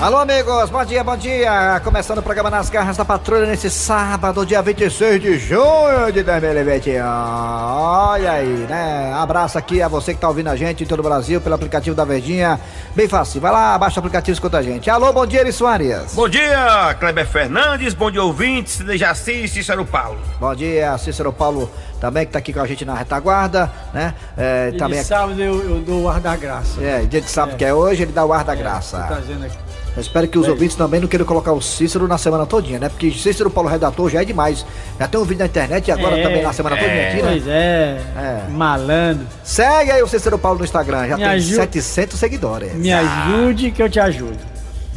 Alô, amigos, bom dia, bom dia. Começando o programa Nas Garras da Patrulha nesse sábado, dia 26 de junho de 2021. Olha aí, né? Abraço aqui a você que tá ouvindo a gente em todo o Brasil pelo aplicativo da Verdinha. Bem fácil, vai lá, baixa o aplicativo e escuta a gente. Alô, bom dia, Eri Soares. Bom dia, Kleber Fernandes, bom dia, ouvintes, Dejaci e Cícero Paulo. Bom dia, Cícero Paulo também que tá aqui com a gente na retaguarda, né? É, Dia também de sábado eu, eu dou o ar da graça. É, dia de sábado que é hoje, ele dá o ar da graça. Tá dizendo aqui. Eu espero que os ouvintes também não queiram colocar o Cícero na semana todinha, né? Porque Cícero Paulo Redator já é demais. Já tem um vídeo na internet e agora É. também na semana todinha aqui, né? Pois é, É. malandro. Segue aí o Cícero Paulo no Instagram, já Me tem ajuda. 700 seguidores. Tá. Ah, Me ajude que eu te ajudo.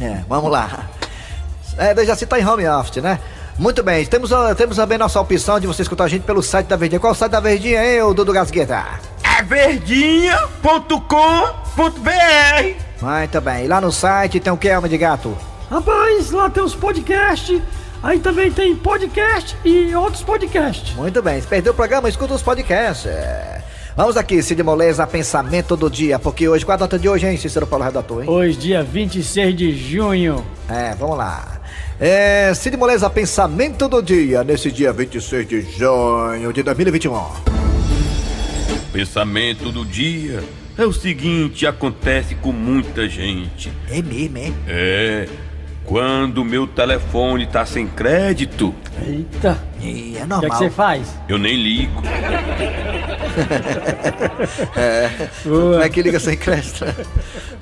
É, vamos lá. É, Dejaci tá em home office, né? Muito bem, temos, ah, temos também nossa opção de você escutar a gente pelo site da Verdinha. Qual o site da Verdinha, hein, ô Dudu Gasgueta? É verdinha.com.br. Muito bem, lá no site tem o que, Alma de Gato? Rapaz, lá tem os podcasts, aí também tem podcast e outros podcasts. Muito bem, se perdeu o programa, escuta os podcasts. É. Vamos aqui, Cid Moleza, pensamento do dia, porque hoje, qual a data de hoje, hein, Cícero Paulo Redator, hein? Hoje, dia 26 de junho. É, vamos lá. É, Cid Moleza, pensamento do dia, nesse dia 26 de junho de 2021. Pensamento do dia é o seguinte: acontece com muita gente. É mesmo, hein? É, quando meu telefone tá sem crédito, Eita, E é o que é que normal. você faz? eu nem ligo. Como é Boa, que liga sem crédito?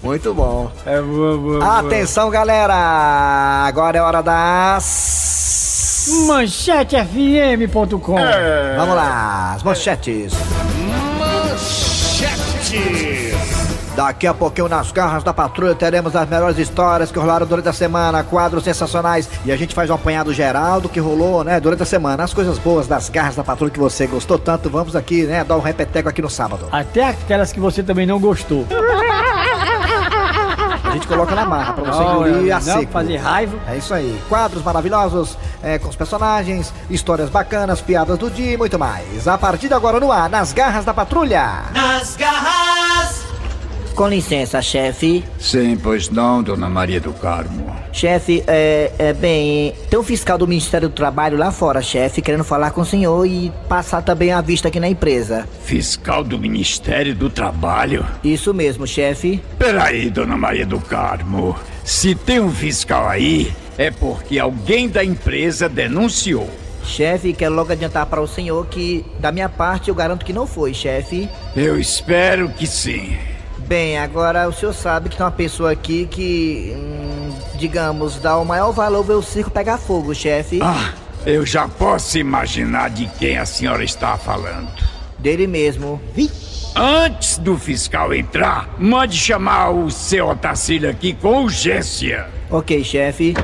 Muito bom. é boa, boa, boa. Atenção, galera! Agora é hora das. É. Manchetefm.com Vamos lá, as manchetes. Manchetes! Daqui a pouquinho nas garras da patrulha teremos as melhores histórias que rolaram durante a semana, quadros sensacionais e a gente faz um apanhado geral do que rolou, né, durante a semana. As coisas boas das garras da patrulha que você gostou tanto, vamos aqui, né, dar um repeteco aqui no sábado. Até aquelas que você também não gostou. A gente coloca na marra pra você engolir a não seco. fazer raiva. É isso aí, quadros maravilhosos é, com os personagens, histórias bacanas, piadas do dia e muito mais. A partir de agora no ar, nas garras da patrulha. Com licença, chefe. Sim, pois não, dona Maria do Carmo. Chefe, é, é bem. Tem um fiscal do Ministério do Trabalho lá fora, chefe, querendo falar com o senhor e passar também a vista aqui na empresa. Fiscal do Ministério do Trabalho? Isso mesmo, chefe. Peraí, dona Maria do Carmo. Se tem um fiscal aí, é porque alguém da empresa denunciou. Chefe, quero logo adiantar para o senhor que, da minha parte, eu garanto que não foi, chefe. Eu espero que sim. Bem, agora o senhor sabe que tem uma pessoa aqui que. hum, digamos, dá o maior valor ver o circo pegar fogo, chefe. Ah, eu já posso imaginar de quem a senhora está falando. Dele mesmo. Antes do fiscal entrar, mande chamar o seu Otacílio aqui com urgência. Ok, chefe.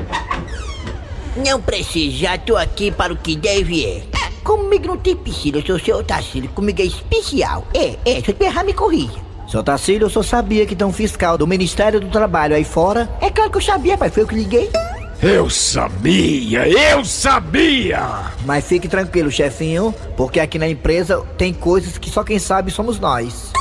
Não precisa, já tô aqui para o que deve é. Comigo não tem piscina, eu sou seu Otacílio, comigo é especial. É, é, se eu te errar, me corrija. Seu Tacílio, eu só sabia que tem um fiscal do Ministério do Trabalho aí fora. É claro que eu sabia, mas foi eu que liguei. Eu sabia, eu sabia! Mas fique tranquilo, chefinho, porque aqui na empresa tem coisas que só quem sabe somos nós.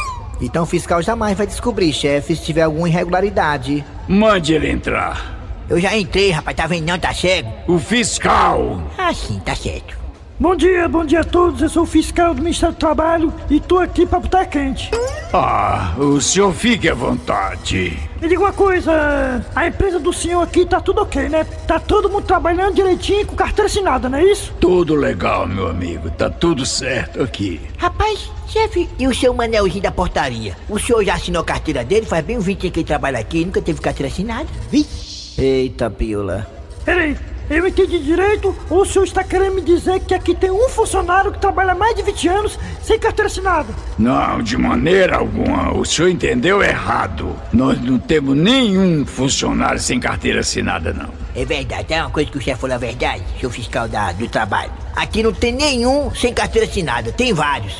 Então o fiscal jamais vai descobrir, chefe, se tiver alguma irregularidade. Mande ele entrar. Eu já entrei, rapaz, tá vendo não, tá cego? O fiscal. Ah, sim, tá certo. Bom dia, bom dia a todos. Eu sou o fiscal do Ministério do Trabalho e tô aqui pra botar quente. Ah, o senhor fique à vontade. Me diga uma coisa, a empresa do senhor aqui tá tudo ok, né? Tá todo mundo trabalhando direitinho, com carteira assinada, não é isso? Tudo legal, meu amigo. Tá tudo certo aqui. Rapaz, chefe, e o seu Manelzinho da portaria? O senhor já assinou a carteira dele? Faz bem um 20 anos que ele trabalha aqui e nunca teve carteira assinada. Vi? Eita, piola. Peraí, eu entendi direito ou o senhor está querendo me dizer que aqui tem um funcionário que trabalha mais de 20 anos sem carteira assinada? Não, de maneira alguma. O senhor entendeu errado. Nós não temos nenhum funcionário sem carteira assinada, não. É verdade, é uma coisa que o chefe falou a verdade, seu fiscal da- do trabalho. Aqui não tem nenhum sem carteira assinada, tem vários.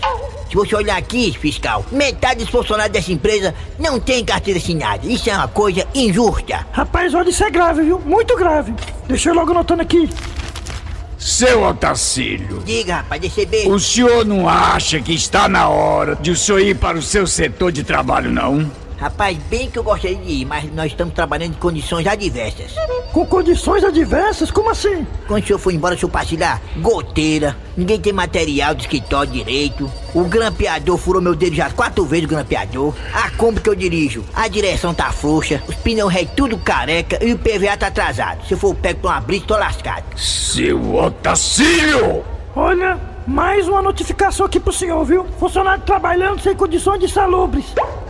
Se você olhar aqui, fiscal, metade dos funcionários dessa empresa não tem carteira assinada. Isso é uma coisa injusta. Rapaz, olha, isso é grave, viu? Muito grave. Deixa eu logo anotando aqui. Seu Otacílio, Diga, rapaz, receber. o senhor não acha que está na hora de o senhor ir para o seu setor de trabalho, não? Rapaz, bem que eu gostaria de ir, mas nós estamos trabalhando em condições adversas. Com condições adversas? Como assim? Quando o senhor foi embora, o senhor partilhar goteira, ninguém tem material de escritório direito, o grampeador furou meu dedo já quatro vezes o grampeador, a Kombi que eu dirijo, a direção tá frouxa, os pneus ré tudo careca e o PVA tá atrasado. Se eu for pego pra uma brisa, tô lascado. Seu Otacílio! Olha, mais uma notificação aqui pro senhor, viu? Funcionário trabalhando sem condições de salubres.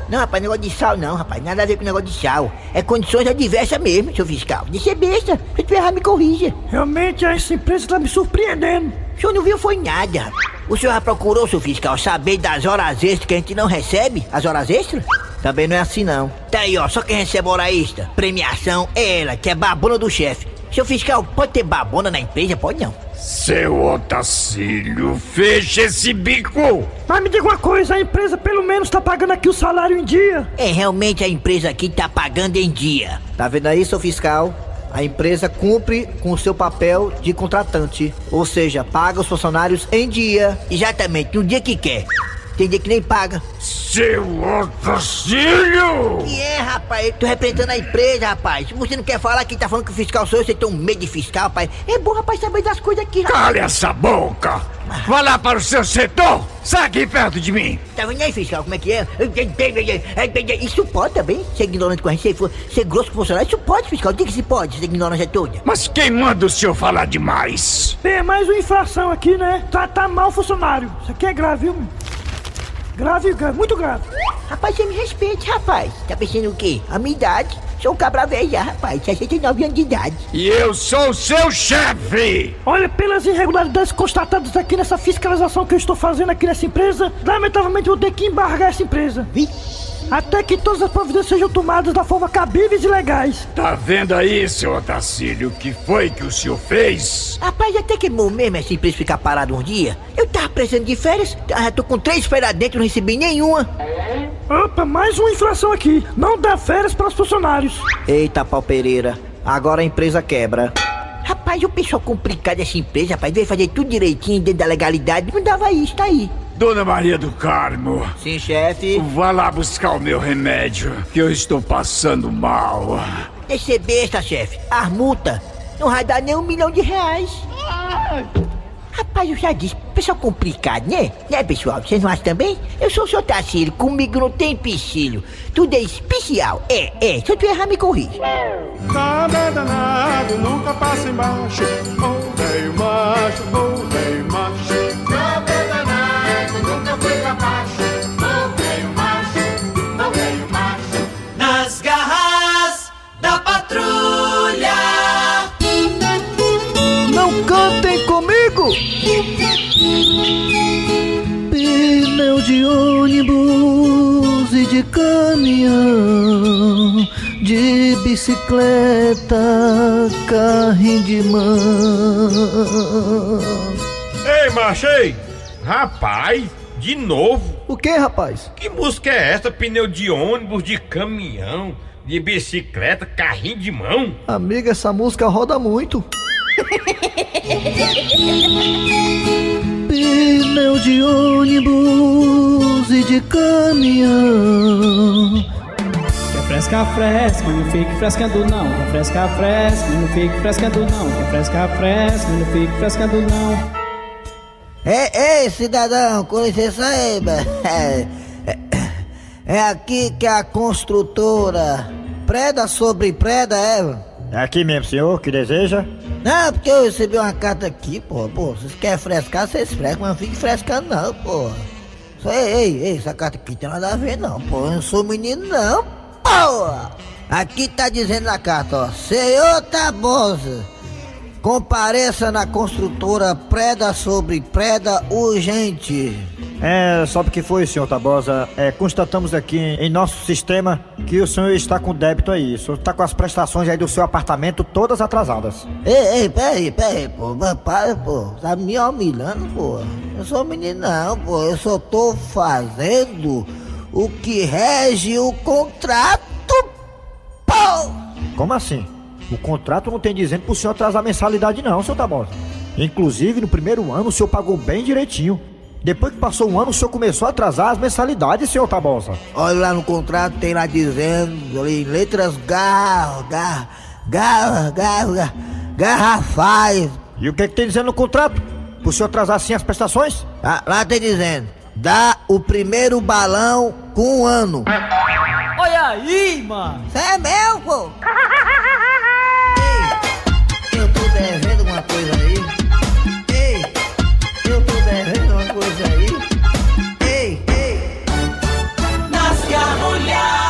Não, rapaz, negócio de sal não, rapaz. Nada a ver com negócio de sal. É condições adversas mesmo, seu fiscal. De ser besta. Se eu tiver errado, me corrija. Realmente, essa empresa tá me surpreendendo. O senhor não viu foi nada. rapaz. O senhor já procurou, seu fiscal, saber das horas extras que a gente não recebe? As horas extras? Também não é assim não. Tá aí, ó. Só quem recebe hora extra, premiação, é ela, que é babona do chefe. Seu fiscal, pode ter babona na empresa? Pode não. Seu Otacílio, fecha esse bico! Mas me diga uma coisa, a empresa pelo menos tá pagando aqui o salário em dia. É, realmente a empresa aqui tá pagando em dia. Tá vendo aí, seu fiscal? A empresa cumpre com o seu papel de contratante, ou seja, paga os funcionários em dia. Exatamente, no dia que quer. Tem dia que nem paga. Seu Otacílio! E é, rapaz, eu tô representando a empresa, rapaz. Se você não quer falar que tá falando que o fiscal sou eu, você tem um medo de fiscal, rapaz. É bom, rapaz, saber das coisas aqui, rapaz. Cale essa boca! Vá lá para o seu setor! Sai aqui perto de mim! Tá vendo aí, fiscal, como é que é? Isso pode também? Ser ignorante com a gente, ser, fu- ser grosso com o funcionário, isso pode, fiscal. Diga que se pode, é essa ignorância toda. Mas quem manda o senhor falar demais? Bem, mais uma infração aqui, né? Tratar mal o funcionário. Isso aqui é grave, viu? meu? Grave, grave, muito grave. Rapaz, você me respeite, rapaz. Tá pensando o quê? A minha idade. Sou um cabra velho já, rapaz. 69 anos de idade. E eu sou o seu chefe! Olha, pelas irregularidades constatadas aqui nessa fiscalização que eu estou fazendo aqui nessa empresa, lamentavelmente vou ter que embargar essa empresa. Vi? Até que todas as providências sejam tomadas da forma cabíveis e legais. Tá vendo aí, seu Otacílio, o que foi que o senhor fez? Rapaz, até que é bom mesmo essa empresa ficar parada um dia. Eu tava precisando de férias, ah, já tô com três férias dentro, não recebi nenhuma. Opa, mais uma infração aqui. Não dá férias para os funcionários. Eita, pau Pereira, agora a empresa quebra. Rapaz, o pessoal complicado dessa empresa, rapaz, veio fazer tudo direitinho dentro da legalidade, não dava isso, tá aí. Dona Maria do Carmo, Sim, chefe. vá lá buscar o meu remédio, que eu estou passando mal. Deixa ser é besta, chefe. As multas não vai dar nem um milhão de reais. Rapaz, eu já disse, pessoal complicado, né? Né, pessoal? Vocês não acham também? Eu sou o seu Tarcílio, comigo não tem empecilho. Tudo é especial. É, é. Se eu te errar, me corrija. Nada É danado nunca passa embaixo. Ô velho macho, ô velho macho. Nada é danado nunca foi pra baixo. Ô velho macho, ô velho macho. Nas garras da patrulha. Não cantem comigo! Pneu de ônibus e de caminhão, de bicicleta, carrinho de mão. Ei, macho, ei! Rapaz, de novo? O que, rapaz? Que música é essa? Pneu de ônibus, de caminhão, de bicicleta, carrinho de mão? Amiga, essa música roda muito. Pneu de ônibus e de caminhão. Quer fresca, fresca, mas não fique frescando não. Quer fresca, fresca, mas não fique frescando não. Quer fresca, fresca, mas não fique frescando não. Ei, ei, É, cidadão, com licença aí, ba- é, é aqui que a construtora preda sobre preda, é? ba- É aqui mesmo, senhor, que deseja? Não, porque eu recebi uma carta aqui, pô, pô, vocês querem frescar, vocês frescam, mas não fique frescando não, pô. Só- Ei, ei, ei, essa carta aqui tem nada a ver não, pô, eu não sou menino não, pô. Aqui tá dizendo na carta, ó, senhor Tabosa. Compareça na construtora preda sobre preda urgente. É, sabe o que foi, senhor Tabosa? É, constatamos aqui em nosso sistema que o senhor está com débito aí. O senhor está com as prestações aí do seu apartamento todas atrasadas. Ei, ei, peraí, peraí, pô, mas para, pô, tá me humilhando, pô. Eu sou menino não, pô, eu só tô fazendo o que rege o contrato, pô! Como assim? O contrato não tem dizendo pro senhor atrasar a mensalidade, não, senhor Tabosa. Inclusive, no primeiro ano, o senhor pagou bem direitinho. Depois que passou um ano, o senhor começou a atrasar as mensalidades, senhor Tabosa. Olha lá no contrato, tem lá dizendo, ali em letras gar, gar, gar, gar, gar- garrafais. E o que, que tem dizendo no contrato? Pro senhor atrasar assim as prestações? Lá, lá tem dizendo, dá o primeiro balão com um ano. Olha aí, mano. Isso é meu, pô. Ei, eu tô devendo uma coisa aí. Ei, eu tô devendo uma coisa aí. Ei, ei. nas garrulhas,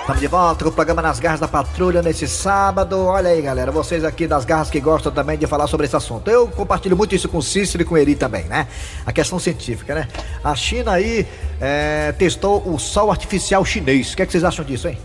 Estamos de volta com o programa Nas Garras da Patrulha nesse sábado. Olha aí, galera, vocês aqui das garras que gostam também de falar sobre esse assunto. Eu compartilho muito isso com o Cícero e com o Eri também, né? A questão científica, né? A China aí é, testou o sol artificial chinês. O que, é que vocês acham disso, hein?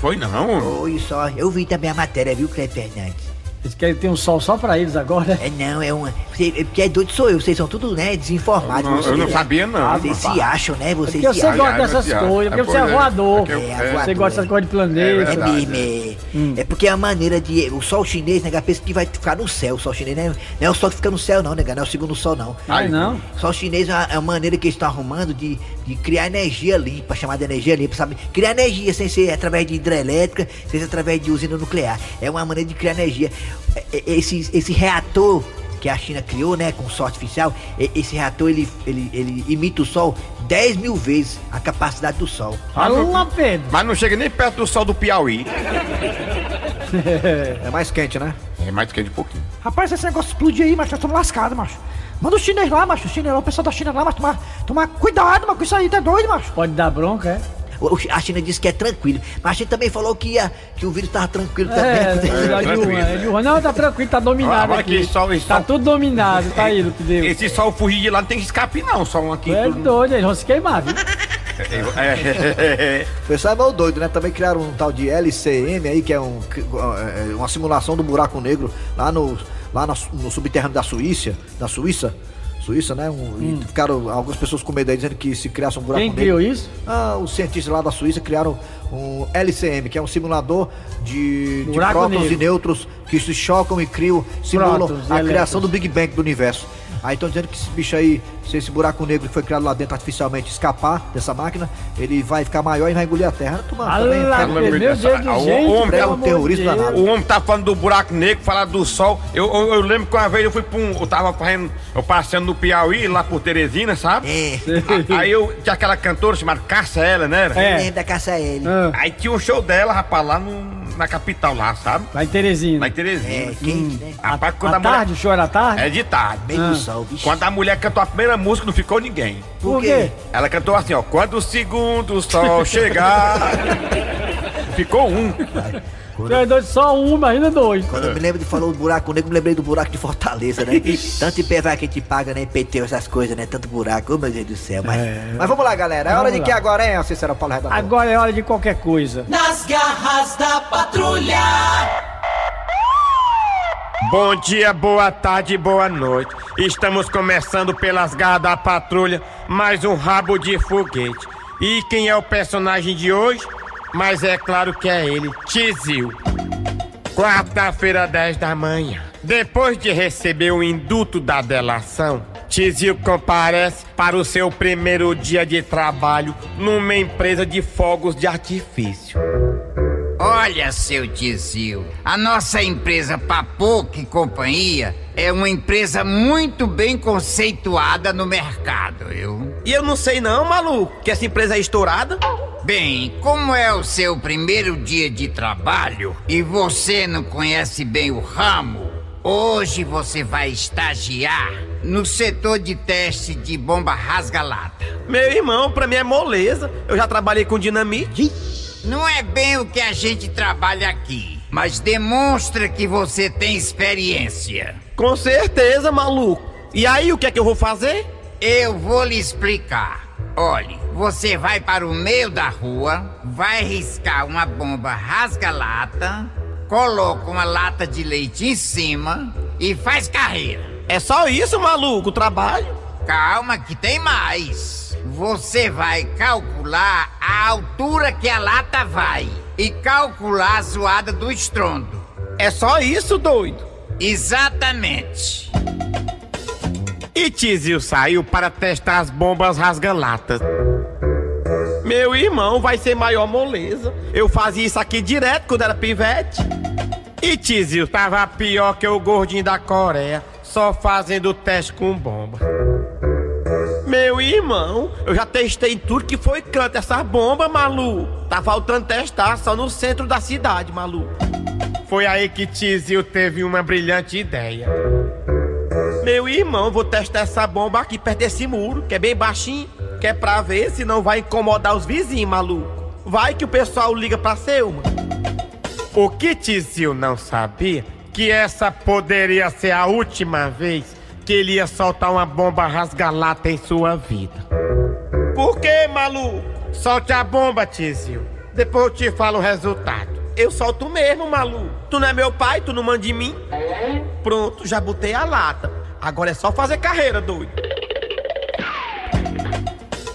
Foi não? Oi, só, eu vi também a matéria, viu, Cleber Fernandes? Eles querem ter um sol só pra eles agora, né? É não, é uma. Cê, é porque é doido sou eu, vocês são tudo, né, desinformados. Eu não- vocês, eu não né? sabia, não. Vocês se acham, né? Vocês Porque se você acham. gosta ai, dessas ai, ai, coisas, porque você é pois é. voador. É, é Você voador, gosta dessas é. coisas de planeta. Hum. É verdade, mesmo, é. É porque a maneira de. O sol chinês, né? cara, Pensa que vai ficar no céu. O sol chinês né, não é o sol que fica no céu, não, né? cara, Não é o segundo sol, não. Ah, não? O sol chinês é a, é a maneira que eles estão arrumando de, de criar energia limpa, chamada energia limpa, sabe? Criar energia sem ser através de hidrelétrica, sem ser através de usina nuclear. É uma maneira de criar energia. É, é, Esse, esse reator que a China criou, né, com sol artificial, e- esse reator ele, ele, ele imita o sol 10 mil vezes a capacidade do sol. Tá Fala, Pedro. Mas não chega nem perto do sol do Piauí. É mais quente, né? É mais do que de pouquinho. Rapaz, esse negócio explodir aí, macho, nós estamos lascados, macho. Manda os chinês lá, macho, os chinês lá, o pessoal da China lá, macho, tomar, tomar cuidado, macho, com isso aí tá doido, macho. Pode dar bronca, é? O- o- A China disse que é tranquilo, mas a China também falou que, ia, que o vírus tava tranquilo também. É, é, de tranquilo, Wuhan, é de Wuhan. Não, tá tranquilo, tá Olha, dominado olha aqui. aqui, sol, esse Tá sol. tudo dominado, tá aí, Lupe Deus. Esse sol fugir de lá não tem escape, não. Só um aqui. É todo mundo- doido, eles vão se queimar, viu? É, O pessoal é meio doido, né? Também criaram um tal de LCM aí, que é um, que- é uma simulação do buraco negro lá no, lá na Su- no subterrâneo da Suíça. Da Suíça. Suíça, né? Um, E ficaram algumas pessoas com medo aí dizendo que se criasse um buraco Hum. Quem negro. criou isso? Ah, os cientistas lá da Suíça criaram um LCM, que é um simulador de, de Buraco prótons negro. e nêutrons que se chocam e criam, simulam Prótons e a criação elétrons. do Big Bang do universo. Aí estão dizendo que esse bicho aí, se esse buraco negro que foi criado lá dentro artificialmente escapar dessa máquina, ele vai ficar maior e vai engolir a Terra. Tu, mano, também, Alá, cara, Pedro, pelo amor de meu Deus, Deus do ah, o gente, homem pelo é um amor de terrorista Deus. danado. O homem tá falando do buraco negro, falar do sol. Eu, eu, eu lembro que uma vez eu fui pra um. Eu tava correndo, eu passeando no Piauí, lá por Teresina, sabe? É, A- Aí eu tinha aquela cantora chamada Caça Ela, né? era? É. lembra da caça ele. Ah, Aí tinha um show dela, rapaz, lá no- na capital lá, sabe? Lá em Teresina. Lá em Teresina. Hum. É, quente, né? Rapaz, quando À a mulher. tarde, o show era à tarde? É de tarde. Meio Ah. do sol, bicho. Quando a mulher cantou a primeira música, não ficou ninguém. Por quê? Ela cantou assim, ó. Quando o segundo sol chegar. ficou um. Tu é doido, só uma, ainda dois. Quando eu me lembro de falou do buraco negro, eu me lembrei do buraco de Fortaleza, né? Tanto IPVA que a gente paga, né? PT, essas coisas, né? Tanto buraco, ô meu Deus do céu, mas. Mas vamos lá, galera. É hora de lá. que agora, hein, Cicero Paulo Redator? Agora é hora de qualquer coisa. nas garras da patrulha, Bom dia, boa tarde, boa noite. Estamos começando pelas garras da patrulha, mais um rabo de foguete. E quem é o personagem de hoje? Mas é claro que é ele, Tizil. Quarta-feira, 10 da manhã. Depois de receber o induto da delação, Tizil comparece para o seu primeiro dia de trabalho numa empresa de fogos de artifício. Olha, seu Tizil, a nossa empresa Papouk e Companhia é uma empresa muito bem conceituada no mercado, viu? E eu não sei não, maluco, que essa empresa é estourada. Bem, como é o seu primeiro dia de trabalho e você não conhece bem o ramo, hoje você vai estagiar no setor de teste de bomba rasga-lata. Meu irmão, pra mim é moleza. Eu já trabalhei com dinamite. Não é bem o que a gente trabalha aqui, mas demonstra que você tem experiência. Com certeza, maluco. E aí, o que é que eu vou fazer? Eu vou lhe explicar. Olhe, você vai para o meio da rua, vai riscar uma bomba rasga-lata, coloca uma lata de leite em cima e faz carreira. É só isso, maluco, o trabalho. Calma que tem mais. Você vai calcular a altura que a lata vai e calcular a zoada do estrondo. É só isso, doido. Exatamente. E Tizio saiu para testar as bombas rasgalatas. Meu irmão vai ser maior moleza. Eu fazia isso aqui direto quando era pivete. E Tizio tava pior que o gordinho da Coreia, só fazendo teste com bomba. Meu irmão, eu já testei tudo que foi canto essa bomba, Malu. Tá faltando testar só no centro da cidade, Malu. Foi aí que Tizio teve uma brilhante ideia. Meu irmão, vou testar essa bomba aqui perto desse muro, que é bem baixinho, que é pra ver se não vai incomodar os vizinhos, maluco. Vai que o pessoal liga pra Selma. O que Tizio não sabia, que essa poderia ser a última vez que ele ia soltar uma bomba rasgalata em sua vida. Por que, maluco? Solte a bomba, Tizio. Depois eu te falo o resultado. Eu solto mesmo, maluco. Tu não é meu pai, tu não manda em mim. Pronto, já botei a lata. Agora é só fazer carreira, doido.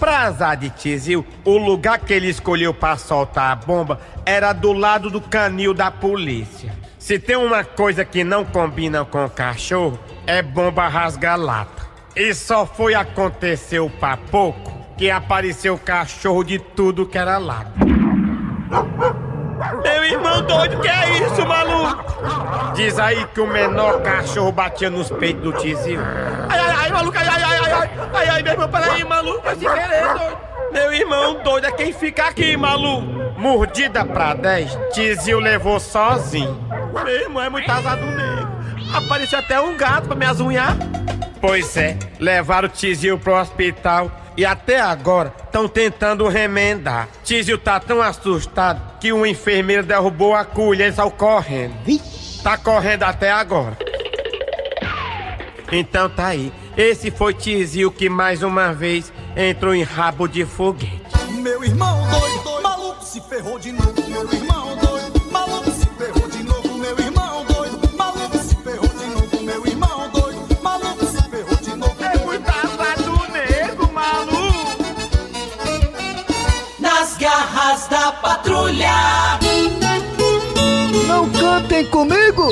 Pra azar de Tizil, o lugar que ele escolheu pra soltar a bomba era do lado do canil da polícia. Se tem uma coisa que não combina com cachorro, é bomba rasga-lata. E só foi acontecer o pouco que apareceu cachorro de tudo que era lado. Meu irmão doido, que é isso, maluco? Diz aí que o menor cachorro batia nos peitos do Tizil. Ai, ai, ai, maluco, ai, ai, ai, ai, ai, ai, ai, meu irmão, peraí, maluco, foi sem querer, doido. Meu irmão doido é quem fica aqui, maluco. Mordida pra 10, Tizil levou sozinho. Meu irmão é muito azado mesmo. Apareceu até um gato pra me azunhar. Pois é, levaram o Tizil pro hospital e até agora estão tentando remendar. Tizil tá tão assustado que um enfermeiro derrubou a cuia e ele saiu correndo. Tá correndo até agora. Então tá aí. Esse foi Tizil que mais uma vez entrou em rabo de foguete. Meu irmão doido, maluco se ferrou de novo. Meu irmão doido, maluco se ferrou de novo. Meu irmão doido, maluco se ferrou de novo. Meu irmão doido, maluco se ferrou de novo. É muito do nego, maluco. Nas garras da patrulha. Não cantem comigo!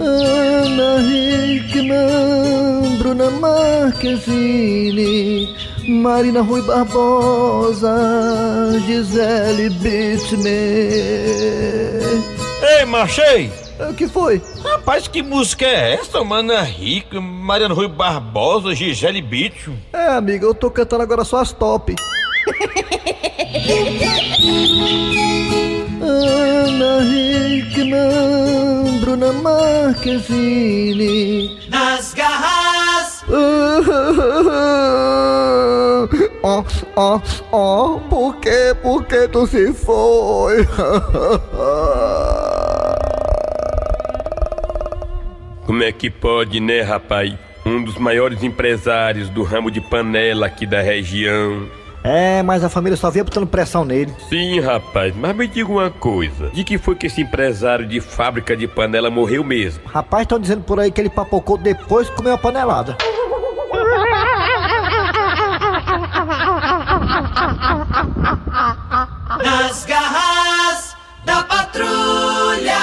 Ana Hickman, Bruna Marquezine, Marina Rui Barbosa, Gisele Bittmer. Ei, Machei! É, O que foi? Rapaz, que música é essa, Mana Rica, Mariano Rui Barbosa, Gisele Bicho? É, amiga, eu tô cantando agora só as top. Ana Hickman, Bruna Marquezine. Nas garras. Ó, ó, ó, por que, por que tu se foi? Como é que pode, né, rapaz? Um dos maiores empresários do ramo de panela aqui da região. É, mas a família só vinha botando pressão nele. Sim, rapaz, mas me diga uma coisa: de que foi que esse empresário de fábrica de panela morreu mesmo? Rapaz, estão dizendo por aí que ele papocou depois que comeu a panelada. Nas garras da patrulha.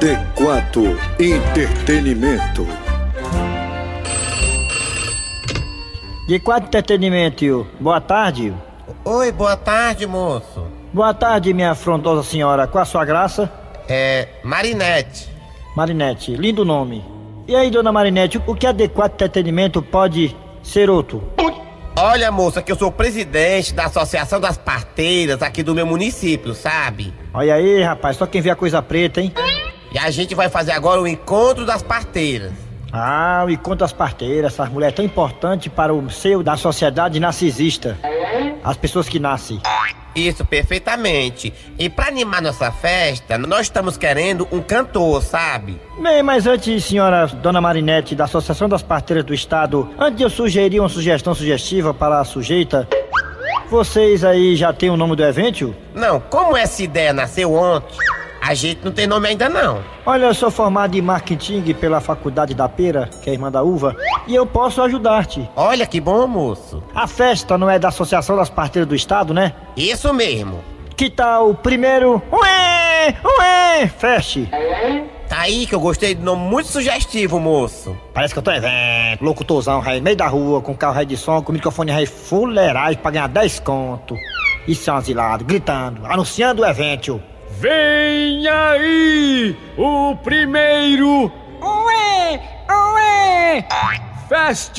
D4 Entretenimento. De quatro entretenimento, tio. Boa tarde. Oi, boa tarde, moço. Boa tarde, minha afrontosa senhora. Qual a sua graça? É. Marinette. Marinette, lindo nome. E aí, dona Marinette, o que adequado entretenimento pode ser outro? Olha, moça, que eu sou presidente da Associação das Parteiras aqui do meu município, sabe? Olha aí, rapaz, só quem vê a coisa preta, hein? E a gente vai fazer agora o encontro das parteiras. Ah, e quanto às parteiras, essas mulheres tão importantes para o seio da sociedade narcisista. As pessoas que nascem. Isso, perfeitamente. E pra animar nossa festa, nós estamos querendo um cantor, sabe? Bem, mas antes, senhora Dona Marinete, da Associação das Parteiras do Estado, antes de eu sugerir uma sugestão sugestiva para a sujeita, vocês aí já têm o nome do evento? Não, como essa ideia nasceu ontem, a gente não tem nome ainda não. Olha, eu sou formado em marketing pela Faculdade da Pera, que é irmã da uva, e eu posso ajudar-te. Olha que bom, moço. A festa não é da Associação das Parteiras do Estado, né? Isso mesmo. Que tal o primeiro Ué! Ué! Feste! Tá aí que eu gostei do nome muito sugestivo, moço. Parece que eu tô evento, locutorzão, rei, meio da rua, com carro rei de som, com microfone rei fuleiragem pra ganhar 10 conto. E são asilado, gritando, anunciando o evento. Vem aí o primeiro Ué, Ué Fest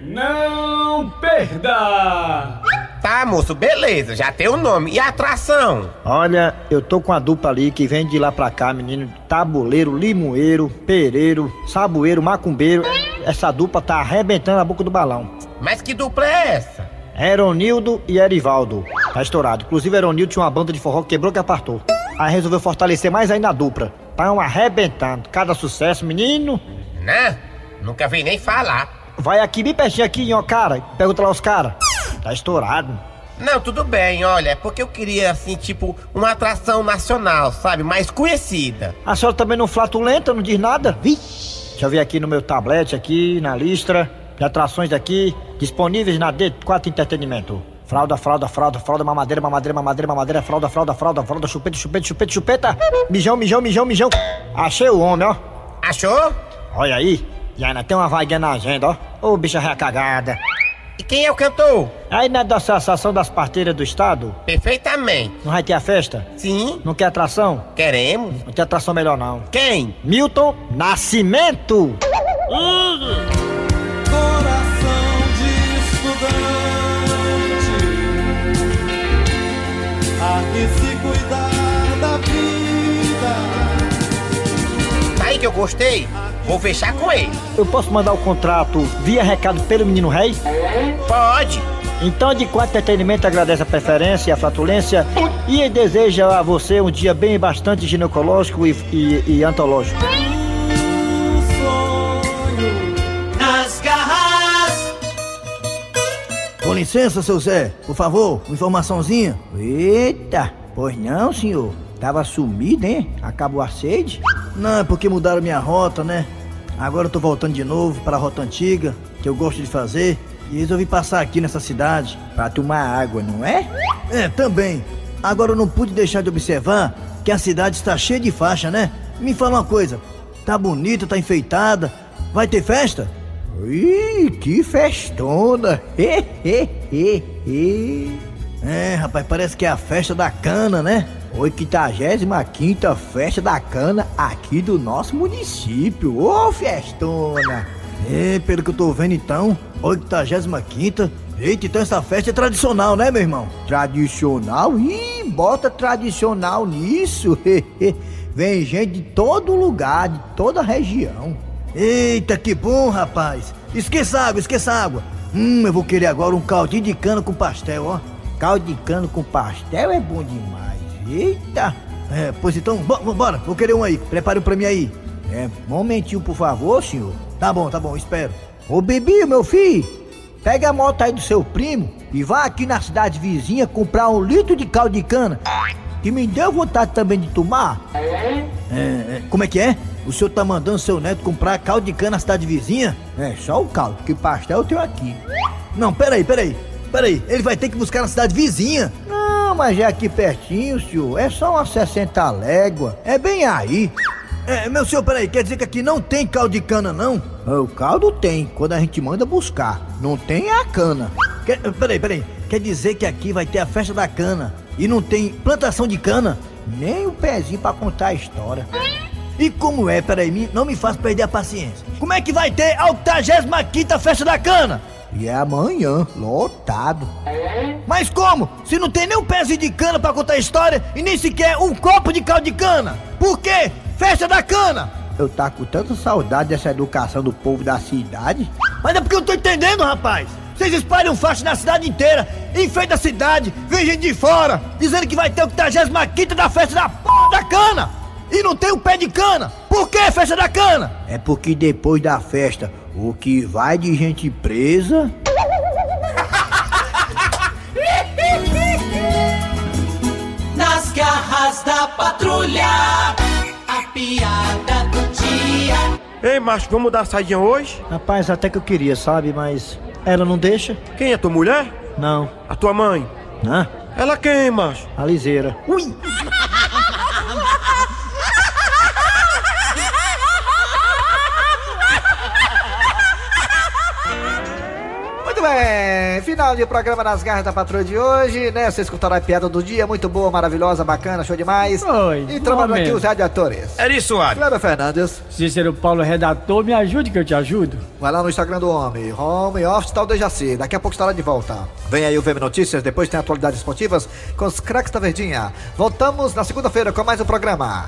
Não perda Tá, moço, beleza, já tem o nome. E a atração? Olha, eu tô com a dupla ali que vem de lá pra cá, menino. Tabuleiro, limoeiro, pereiro, saboeiro, macumbeiro. Essa dupla tá arrebentando a boca do balão. Mas que dupla é essa? Eronildo e Erivaldo. Tá estourado. Inclusive, Eronildo tinha uma banda de forró que quebrou que apartou. Aí resolveu fortalecer mais ainda a dupla. Tão arrebentando. Cada sucesso, menino. Né? Nunca vi nem falar. Vai aqui bem pertinho aqui, ó, cara. Pergunta lá os caras. Tá estourado. Não, tudo bem, olha, é porque eu queria, assim, tipo, uma atração nacional, sabe? Mais conhecida. A senhora também não flatulenta, não diz nada? Vi. Deixa eu ver aqui no meu tablete, aqui, na lista de atrações daqui, disponíveis na D4 Entretenimento. Fralda, fralda, fralda, fralda, mamadeira, mamadeira, mamadeira, mamadeira, fralda, fralda, fralda, fralda, chupeta, chupeta, chupeta, chupeta, mijão, mijão, mijão, mijão. Achei o homem, ó. Achou? Olha aí, e ainda tem uma vaguinha na agenda, ó. Ô, bicha recagada. E quem é o cantor? Aí na da Associação das Parteiras do Estado? Perfeitamente. Não vai ter a festa? Sim. Não quer atração? Queremos. Não tem atração melhor, não. Quem? Milton Nascimento. Coração de estudante Há que se cuidar da vida Tá aí que eu gostei. Vou fechar com ele. Eu posso mandar o contrato via recado pelo menino rei? Pode. Então, de quatro entretenimento, agradece a preferência e a flatulência e deseja a você um dia bem bastante ginecológico e, e, e antológico. Nas garras Com licença, seu Zé, por favor, uma informaçãozinha. Eita, pois não, senhor. Tava sumido, hein? Acabou a sede? Não, é porque mudaram minha rota, né? Agora eu tô voltando de novo pra rota antiga, que eu gosto de fazer, e resolvi passar aqui nessa cidade pra tomar água, não é? É, também. Agora eu não pude deixar de observar que a cidade está cheia de faixa, né? Me fala uma coisa, tá bonita, tá enfeitada, vai ter festa? Ih, que festona! É, rapaz, parece que é a festa da cana, né? 85 festa da cana aqui do nosso município. Ô, festona! É, pelo que eu tô vendo então, 85 Eita, então essa festa é tradicional, né, meu irmão? Tradicional? Ih, bota tradicional nisso! Vem gente de todo lugar, de toda região. Eita, que bom, rapaz! Esqueça a água, esqueça a água! Hum, eu vou querer agora um caldinho de cana com pastel, ó. Caldo de cana com pastel é bom demais. Eita! É, pois então, bo- vambora, vou querer um aí. Prepare um pra mim aí. É, momentinho, por favor, senhor. Tá bom, tá bom, espero. Ô, Bibi, meu filho, pega a moto aí do seu primo e vá aqui na cidade vizinha comprar um litro de caldo de cana. Que me deu vontade também de tomar. É, é, como é que é? O senhor tá mandando seu neto comprar caldo de cana na cidade vizinha? É, só o caldo, que pastel eu tenho aqui. Não, peraí, peraí. Peraí, ele vai ter que buscar na cidade vizinha. Não, mas é aqui pertinho, senhor. É só umas 60 léguas. É bem aí. É, meu senhor, peraí, quer dizer que aqui não tem caldo de cana, não? É, O caldo tem, quando a gente manda buscar. Não tem a cana. Quer, peraí, peraí. Quer dizer que aqui vai ter a festa da cana e não tem plantação de cana? Nem o pezinho pra contar a história. E como é, peraí, me- não me faz perder a paciência. Como é que vai ter a 85 festa da cana? E é amanhã, lotado. Mas como? Se não tem nem um pezinho de cana pra contar a história e nem sequer um copo de caldo de cana? Por quê? Festa da cana! Eu tá com tanta saudade dessa educação do povo da cidade. Mas é porque eu não tô entendendo, rapaz! Vocês espalham faixa na cidade inteira, enfeita a cidade, vem gente de fora, dizendo que vai ter o 85 da festa da porra da cana! E não tem o pé de cana! Por que festa da cana? É porque depois da festa, o que vai de gente presa. Nas garras da patrulha A piada do dia Ei, macho, vamos dar saidinha hoje? Rapaz, até que eu queria, sabe? Mas ela não deixa. Quem é tua mulher? Não. A tua mãe? Hã? Ela quem, macho? A liseira. Ui! bem, final de programa nas garras da patrulha de hoje, né? Você escutará a piada do dia, muito boa, maravilhosa, bacana, show demais. Oi. E trabalhou aqui mesmo. os radioatores. Eri Soares. Cleber Fernandes. Cícero Paulo, redator, me ajude que eu te ajudo. Vai lá no Instagram do homem, home office tal Dejaci. Daqui a pouco estará de volta. Vem aí o VM Notícias, depois tem atualidades esportivas com os craques da Verdinha. Voltamos na segunda-feira com mais um programa.